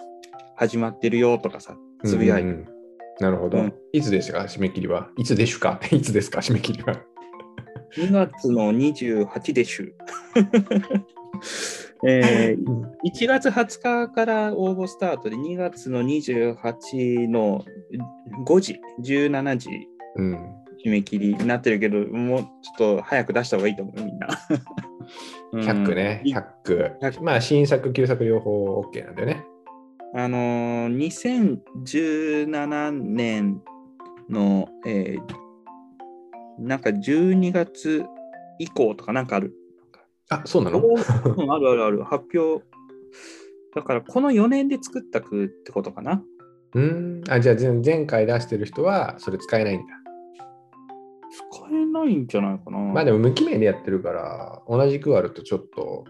S1: 始まってるよとかさ、つぶやいて
S2: うんうんなるほど
S1: うん。
S2: いつですか、締め切りは。いつでしゅか。 いつですか、締め切りは。
S1: 2月の28でしゅ。 えー1月20日から応募スタートで、2月の28の5時、17時
S2: うん。
S1: 締め切りになってるけど、もうちょっと早く出した方がいいと思う、み んな。うん
S2: 100句ね、
S1: い
S2: 100句。
S1: 100
S2: まあ、新作、旧作両方 OK なんだよね。
S1: あのー、2017年の、えーなんか12月以降とかなん かある。
S2: あ、そうなの
S1: うんあるあるある、発表。だから、この4年で作った句ってことかな。
S2: うん。あ、じゃあ、前前回出してる人は、それ使えないんだ。
S1: 使えないんじゃないかな。
S2: まあ、でも、無記名でやってるから、同じ句あるとちょっと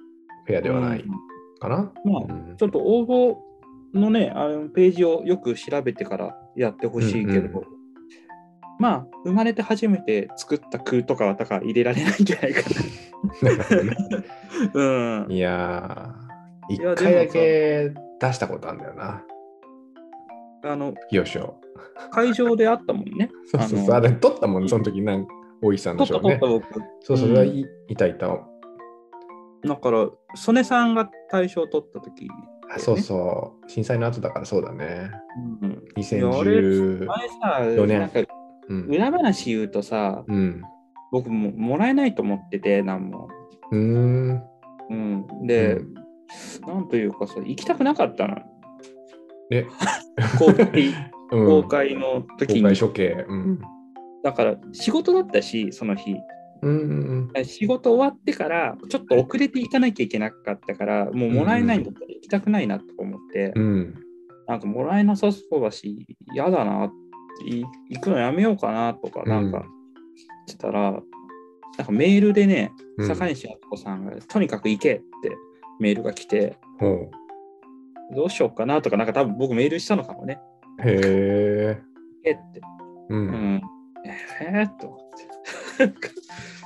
S2: フェアではない
S1: うん
S2: かな。
S1: まあ
S2: うん
S1: ちょっと応募のね、あのページをよく調べてからやってほしいけど、
S2: うんうん
S1: まあ、生まれて初めて作った句とかはだから入れられないんじゃないか
S2: なるほどね
S1: な。うん。
S2: いやー、
S1: いや
S2: 一回だけ出したことあるんだよな、
S1: あの、
S2: よしょ。
S1: 会場であったもんね。
S2: そうそうそう、
S1: あ
S2: あ
S1: の
S2: れ、撮ったもんね、その時なんか、大石さん
S1: 撮
S2: の
S1: っ
S2: ショ
S1: た
S2: ー
S1: 撮っ
S2: ね
S1: た。僕。
S2: そうそうう、
S1: ん
S2: それいいたいた。
S1: だから、曽根さんが大賞取った時、
S2: あそうそう、震災の後だからそうだね。
S1: うんやあれ
S2: 2010。
S1: 前さ、
S2: 四年
S1: なんか
S2: うん
S1: 裏話言うとさ、
S2: うん。
S1: 僕ももらえないと思ってて、なんも。
S2: うーん。
S1: うん、で、
S2: うん
S1: なんというかさ、行きたくなかったな。
S2: え
S1: 公開
S2: うん
S1: 公開の時
S2: 公
S1: に
S2: 開、処刑。うん。
S1: だから仕事だったし、その日。
S2: うんうん
S1: 仕事終わってから、ちょっと遅れて行かなきゃいけなかったから、もうもらえないんだったら行きたくないなと思って、
S2: うん。うん。
S1: なんかもらえなさそうだし、嫌だな、い行くのやめようかなとか、なん
S2: うん
S1: か、したら、なんかメールでね、
S2: うん
S1: 坂西敦子さんが、とにかく行けってメールが来て、
S2: ほ
S1: どうしようかなとか、なんか多分僕メールしたのかもね。
S2: うへえ。
S1: えって。
S2: う。
S1: うんん。えー、っと思って。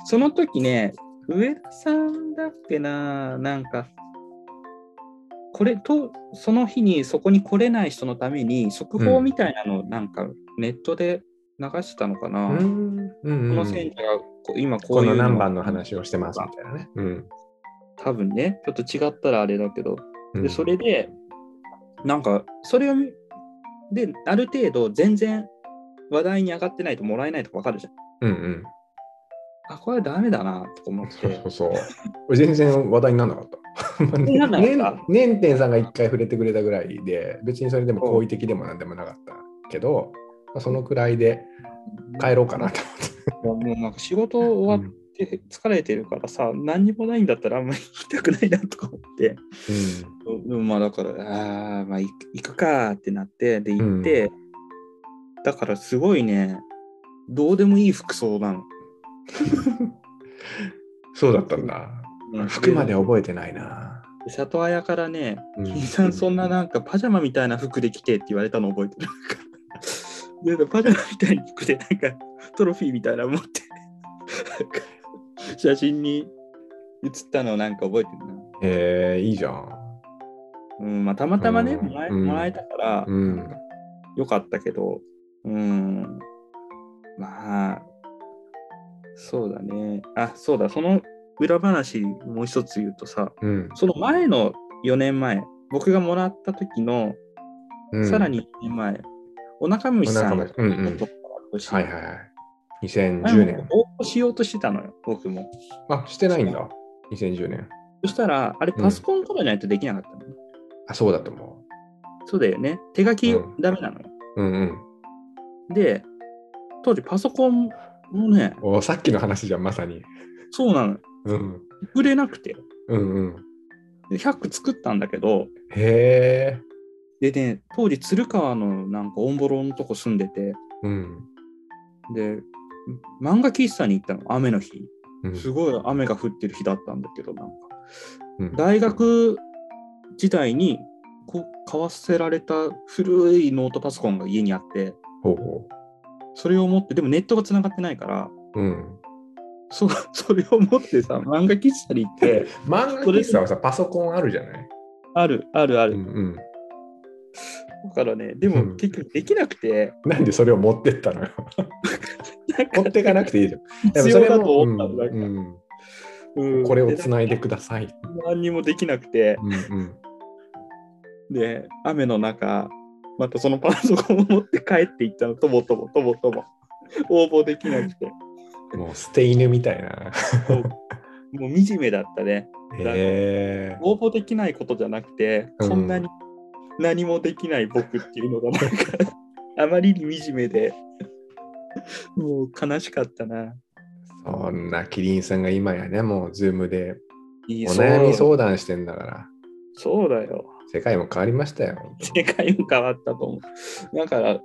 S1: その時ね、上田さんだっけな、なんか、これと、その日にそこに来れない人のために、速報みたいなのをなんかネットで流したのかな。
S2: うん。うん。う
S1: この
S2: ん
S1: 選者がこう今こ
S2: こ
S1: ういう
S2: の
S1: が
S2: 何番の話をしてますみたいなね。うん。
S1: 多分ね、ちょっと違ったらあれだけど、
S2: うん
S1: でそれで、なんか、それを見、で、ある程度、全然話題に上がってないともらえないとか分かるじゃ
S2: う
S1: ん。
S2: んうん。
S1: あ、これはダメだなとか思っ
S2: そう
S1: て
S2: そ。うそう。 俺全然話題にならなかった。
S1: にならなかった
S2: ねねんてんさんが一回触れてくれたぐらいで、別にそれでも好意的でも何でもなかったけど、まあそのくらいで帰ろうかなと思って。
S1: もうなんか仕事終わって疲れてるからさ、何にもないんだったらあんまり行きたくないなとか思って。でもまあだから、ああ、まあ行く行くかってなって、で行って、だからすごいね、どうでもいい服装なの。
S2: そうだったんだ。服まで覚えてないな。
S1: で里綾からね、
S2: うん
S1: 金さんそんななんかパジャマみたいな服で着てって言われたの覚えてる。なんかパジャマみたいに服で、なんかトロフィーみたいなの持って、なんか写真に写ったのなんか覚えてるな。
S2: えー、いいじゃん。
S1: うん、まあ、たまたまね、
S2: うん
S1: もらえ
S2: うん
S1: もらえたから、
S2: うん。
S1: よかったけど、うん、まあ、そうだね。あ、そうだ、その裏話、もう一つ言うとさ、
S2: うん。
S1: その前の4年前、僕がもらった時の、
S2: うん
S1: さらに4年前、おなか虫さん
S2: お
S1: の
S2: なか虫うんうん
S1: とこから
S2: はい
S1: 欲しい
S2: はいはい。2010年。
S1: 応募しようとしてたのよ、僕も。
S2: あ、してないんだ。2010年。
S1: そしたら、あれ、パソコンとかじゃないとできなかったの、
S2: あ、そうだと思
S1: そうだよね。手書き
S2: うん
S1: ダメなのよ。
S2: う。うん
S1: で、当時パソコンもね、
S2: うん。おさっきの話じゃん、まさに。
S1: そうなのよ。
S2: うん。
S1: 売れなくて。
S2: うんうん。
S1: で100個作ったんだけど、
S2: へえ。
S1: でね、当時、鶴川のなんかオンボロのとこ住んでて、
S2: うん。
S1: で、漫画喫茶に行ったの、雨の日。
S2: うん
S1: すごい雨が降ってる日だったんだけど、なんか。
S2: うん
S1: 大学時代にこう買わせられた古いノートパソコンが家にあって、
S2: ほうほ
S1: それを持って、でもネットがつながってないから、
S2: う。うん。
S1: そ それを持ってさ、漫画喫茶に行って、
S2: 漫画喫茶はさ、パソコンあるじゃない
S1: ある、ある、あ
S2: う
S1: る。
S2: んうん。
S1: だからね、で
S2: う
S1: も
S2: ん
S1: 結局できなくて、
S2: なんでそれを持ってった のよ。
S1: なんか
S2: 持ってかなくていいじゃん。
S1: 必要だと思ったの、
S2: でもそれ
S1: な
S2: も
S1: んか。
S2: うん
S1: うん
S2: これを
S1: で
S2: つないでください。
S1: 何にもできなくて、
S2: うんうん。
S1: で、雨の中、またそのパソコンを持って帰っていったの、ともともともとも。応募できな くて。
S2: もう捨て犬みたい な。
S1: もう惨めだったね。
S2: へえ。
S1: 応募できないことじゃなくて、
S2: うん
S1: こんなに何もできない僕っていうのがなんか あまりに惨めで、もう悲しかったな。
S2: そんなキリンさんが今やね、もうズームで
S1: い
S2: お悩み
S1: そう
S2: 相談してんだから、
S1: そうだよ。
S2: 世界も変わりましたよ。
S1: 世界も変わったと思う。だから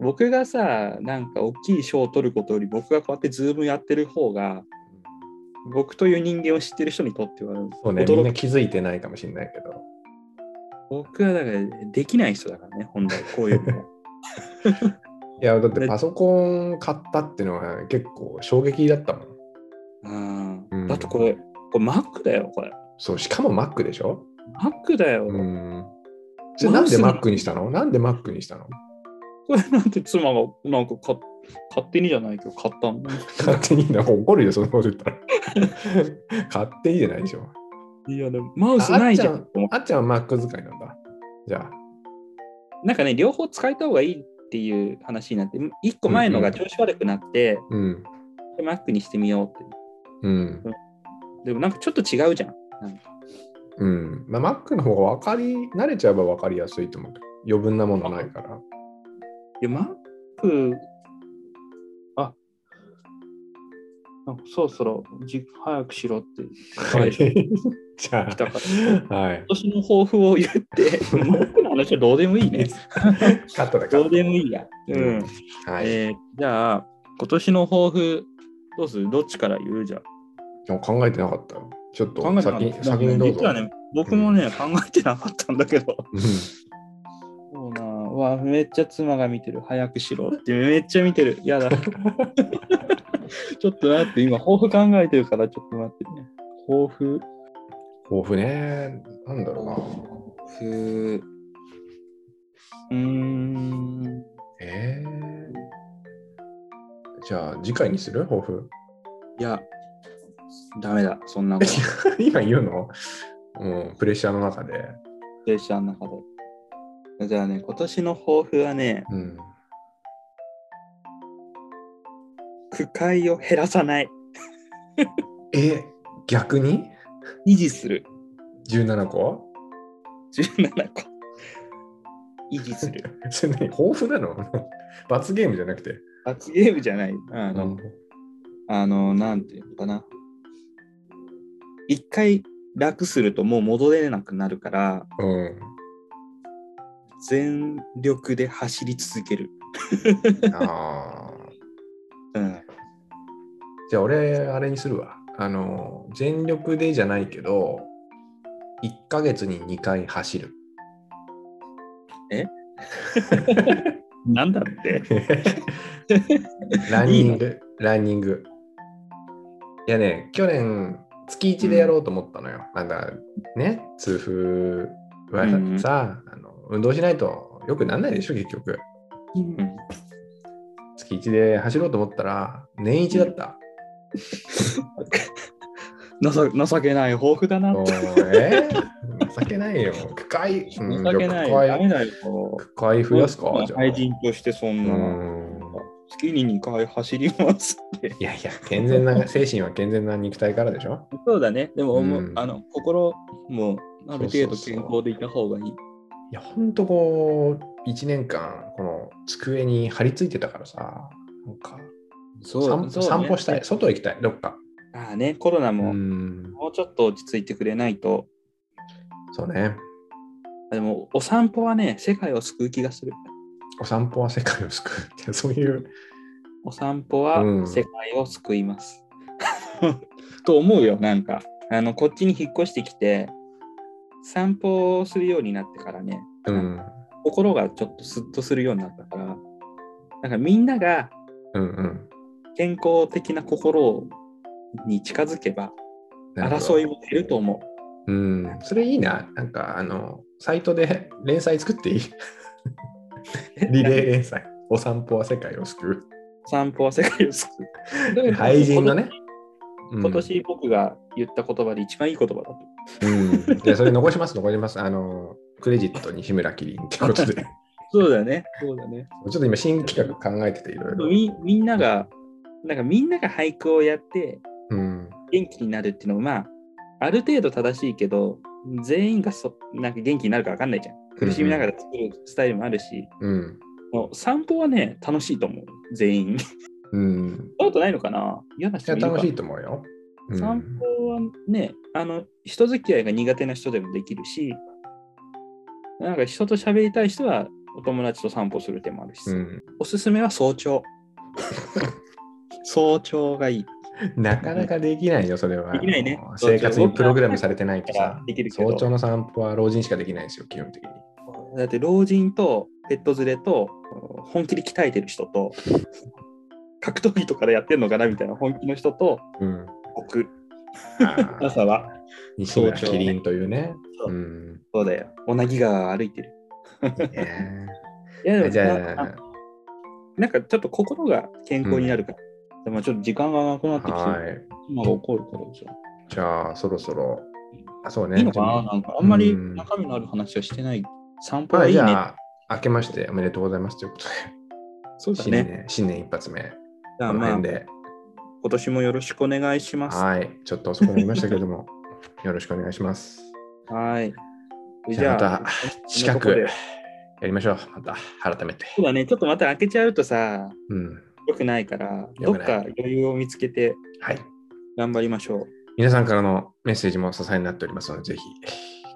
S1: 僕がさ、なんか大きい賞を取ることより僕がこうやってズームやってる方が、僕という人間を知ってる人にとっては
S2: そうね、
S1: 驚く
S2: みんな気づいてないかもしれないけど。
S1: 僕はだからできない人だからね、本来こういう の。
S2: いや、だってパソコン買ったっていうのは結構衝撃だったもん。
S1: う
S2: うん
S1: ん、だってこれ、これ Mac だよ、これ。
S2: そう、しかも Mac でしょ
S1: Mac だよ。
S2: うん。じゃあなんで Mac にしたのなんで Mac にしたの
S1: これなんて妻がなんかか勝手にじゃないけど買ったんだ。
S2: 勝手に、なんか怒るよ、そんなこと言ったら。勝手にじゃないでしょ。
S1: いやでもマウスないじゃ
S2: ああ
S1: ん
S2: っ。あっちゃんは Mac 使いなんだ。じゃあ。
S1: なんかね両方使えた方がいいっていう話になって一個前のが調子悪くなって、
S2: うん。
S1: で Mac にしてみようって。
S2: うん。
S1: でもなんかちょっと違うじゃん。なんか
S2: うん。まあ、Mac の方が分かり、慣れちゃえば分かりやすいと思うけど。余分なものないから。
S1: いや Mac あなんかそろそろじ早くしろって
S2: は
S1: はい
S2: い。 じゃ
S1: 来たから。
S2: あ、はい
S1: 今。年の抱負を言 って、Mac の話はどうでもいいね。
S2: カットだ、カ
S1: どう
S2: ッ
S1: でもいいや。う
S2: うん
S1: ん。
S2: ト。はい。
S1: えーじゃあ、今年の抱負、どうするどっちから言うじゃん。
S2: でも考えてなかったよ。ちょっと
S1: 考えてなか
S2: 先
S1: っ
S2: に
S1: た
S2: 先にどうぞ。
S1: 実はね、僕もね、考えてなかったんだけど。
S2: うん
S1: そうなぁうわ、めっちゃ妻が見てる。早くしろって、めっちゃ見てる。やだ。 ちょっと待って、今、抱負考えてるから、ちょっと待ってね。抱負。
S2: 抱負ね。なんだろ
S1: 抱負。うーん。
S2: うな。えーじゃあ、次回にする抱負。
S1: いや、ダメだ。そんなこ と。
S2: 今言うのもうプレッシャーの中で。
S1: プレッシャーの中で。じゃあね、今年の抱負はね、
S2: うん。
S1: 区会を減らさない。
S2: え、逆に
S1: 維持する。
S2: ?17 個
S1: 17個。維持する。
S2: それ何抱負なの 罰ゲームじゃなくて。
S1: 罰ゲームじゃない。あの、あのなんていうのかな。一回楽するともう戻れなくなるから、
S2: うん。
S1: 全力で走り続ける。
S2: ああ。
S1: うん。
S2: じゃあ俺、あれにするわ。あの、全力でじゃないけど、1ヶ月に2回走る。
S1: えなんだって。
S2: ランニング、ランニング。いやね、去年、月1でやろうと思ったのよ。なんかね、痛風はさ、あの運動しないとよくならないでしょ、結局。
S1: うん
S2: 月1で走ろうと思ったら、年1だった。
S1: なさ情けない抱負だな。
S2: おーえー情けないよ。区会、うん
S1: 情け
S2: じゃ
S1: ない。
S2: あ
S1: ダ
S2: 区
S1: メ
S2: 会
S1: だよ。
S2: 区会増やすか、じゃあ。
S1: 愛人としてそ
S2: うん
S1: な。
S2: ん。
S1: 月に2回走りますって。
S2: いやいや、健全な、精神は健全な肉体からでしょ。
S1: そうだね。でも、
S2: うん
S1: もうあの心もある程度健康でいた方がいい。
S2: いや、ほんとこう、1年間、この机に張り付いてたからさ、なんか
S1: そ
S2: 散
S1: そ
S2: 歩
S1: う
S2: 散歩したい、
S1: ね
S2: 外行きたい、どっか。
S1: ああね、コロナ
S2: う
S1: も、
S2: ん、
S1: もうちょっと落ち着いてくれないと。
S2: そうね。
S1: でも、お散歩はね、世界を救う気がする。
S2: お散歩は世界を救う。いやそういう、
S1: お散歩は
S2: うん
S1: 世界を救います。 と思うよ、なんか。あの、こっちに引っ越してきて、散歩をするようになってからね、
S2: うん、
S1: 心がちょっとスッとするようになったから、なんかみんなが
S2: うん、うん。
S1: 健康的な心に近づけば、
S2: なるほど
S1: 争いも減ると思う。
S2: うん、それいいな。なんか、あの、サイトで 連載作っていいリレー連載。お散歩は世界を 救
S1: お散歩は世界を救
S2: う。
S1: う。
S2: 廃人のね。うん
S1: 今年僕が言った言葉で一番いい言葉だと。
S2: うん。いや、それ残します、残します。あの、クレジットに日村キリンってことで。ち
S1: そうだね。そうだね。
S2: ょっと今、新企画考えてて、いろいろ。
S1: みみんなが、なんかみんなが俳句をやって
S2: うん。
S1: 元気になるっていうのも、まあ、ある程度正しいけど、全員がそなんか元気になるか分かんないじゃん。苦しみながら作るスタイルもあるし、
S2: うん。
S1: もう散歩はね、楽しいと思う。全員。
S2: うん。
S1: そうとないのかな嫌ない人
S2: や、
S1: もいるか
S2: 楽しいと思うよ。うん
S1: 散歩はね、あの、人付き合いが苦手な人でもできるし、なんか人と喋りたい人はお友達と散歩する手もあるし、
S2: うん。
S1: おすすめは早 朝。早朝がいい。
S2: なかなかできないよ、それは。
S1: できないね
S2: もう生活にプログラムされてないとさ、
S1: できるけど
S2: 早朝の散歩は老人しかできないですよ、基本的に。
S1: だって老人とペット連れと本気で鍛えてる人と 格闘技とかでやってんのかなみたいな本気の人と
S2: うん。
S1: 僕
S2: あー
S1: 朝は
S2: 西村
S1: 早朝
S2: キリンというね。
S1: そう
S2: うん。
S1: そうだよ小名木川を歩いてる
S2: いいね
S1: いやでも
S2: じ
S1: な
S2: ゃ
S1: な
S2: あ、
S1: なんかちょっと心が健康になるから、でもちょっと時間がなくなってきて
S2: はい。
S1: 今が起こるからでしょ
S2: じゃあ、そろそろ。あ、そうね。
S1: いいのかななんかあんまり
S2: うん
S1: 中身のある話はしてない散歩
S2: は
S1: はい
S2: い、
S1: い
S2: じ
S1: ね、
S2: ゃあ、明けましておめでとうございますということで、
S1: そうだ
S2: 新
S1: ね
S2: 年新年一発目、
S1: じゃあ
S2: この
S1: まあ
S2: 辺
S1: 今
S2: で、
S1: 年もよろしくお願いします
S2: はい、ちょっと遅くなりましたけれども、 よろしくお願いします。
S1: はい
S2: じゃあ、また近
S1: こんなとこで
S2: くやりましょう、また改めて。
S1: そうだね、ちょっとまた開けちゃうとさ、
S2: うん、
S1: 良くないから、ど
S2: 良
S1: っ
S2: くない
S1: か余裕を見つけて
S2: はい。
S1: 頑張りましょう。
S2: 皆さんからのメッセージも支えになっておりますので、ぜひ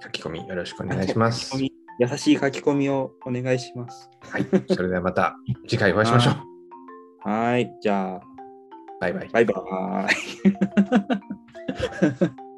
S2: 書き込みよろしくお願いしま
S1: 書
S2: す
S1: き込。み優しい書き込みをお願いします。
S2: はい、それではまた次回お会いしましょう。
S1: はい、じゃあ、
S2: バイバイ。
S1: バイバーイ。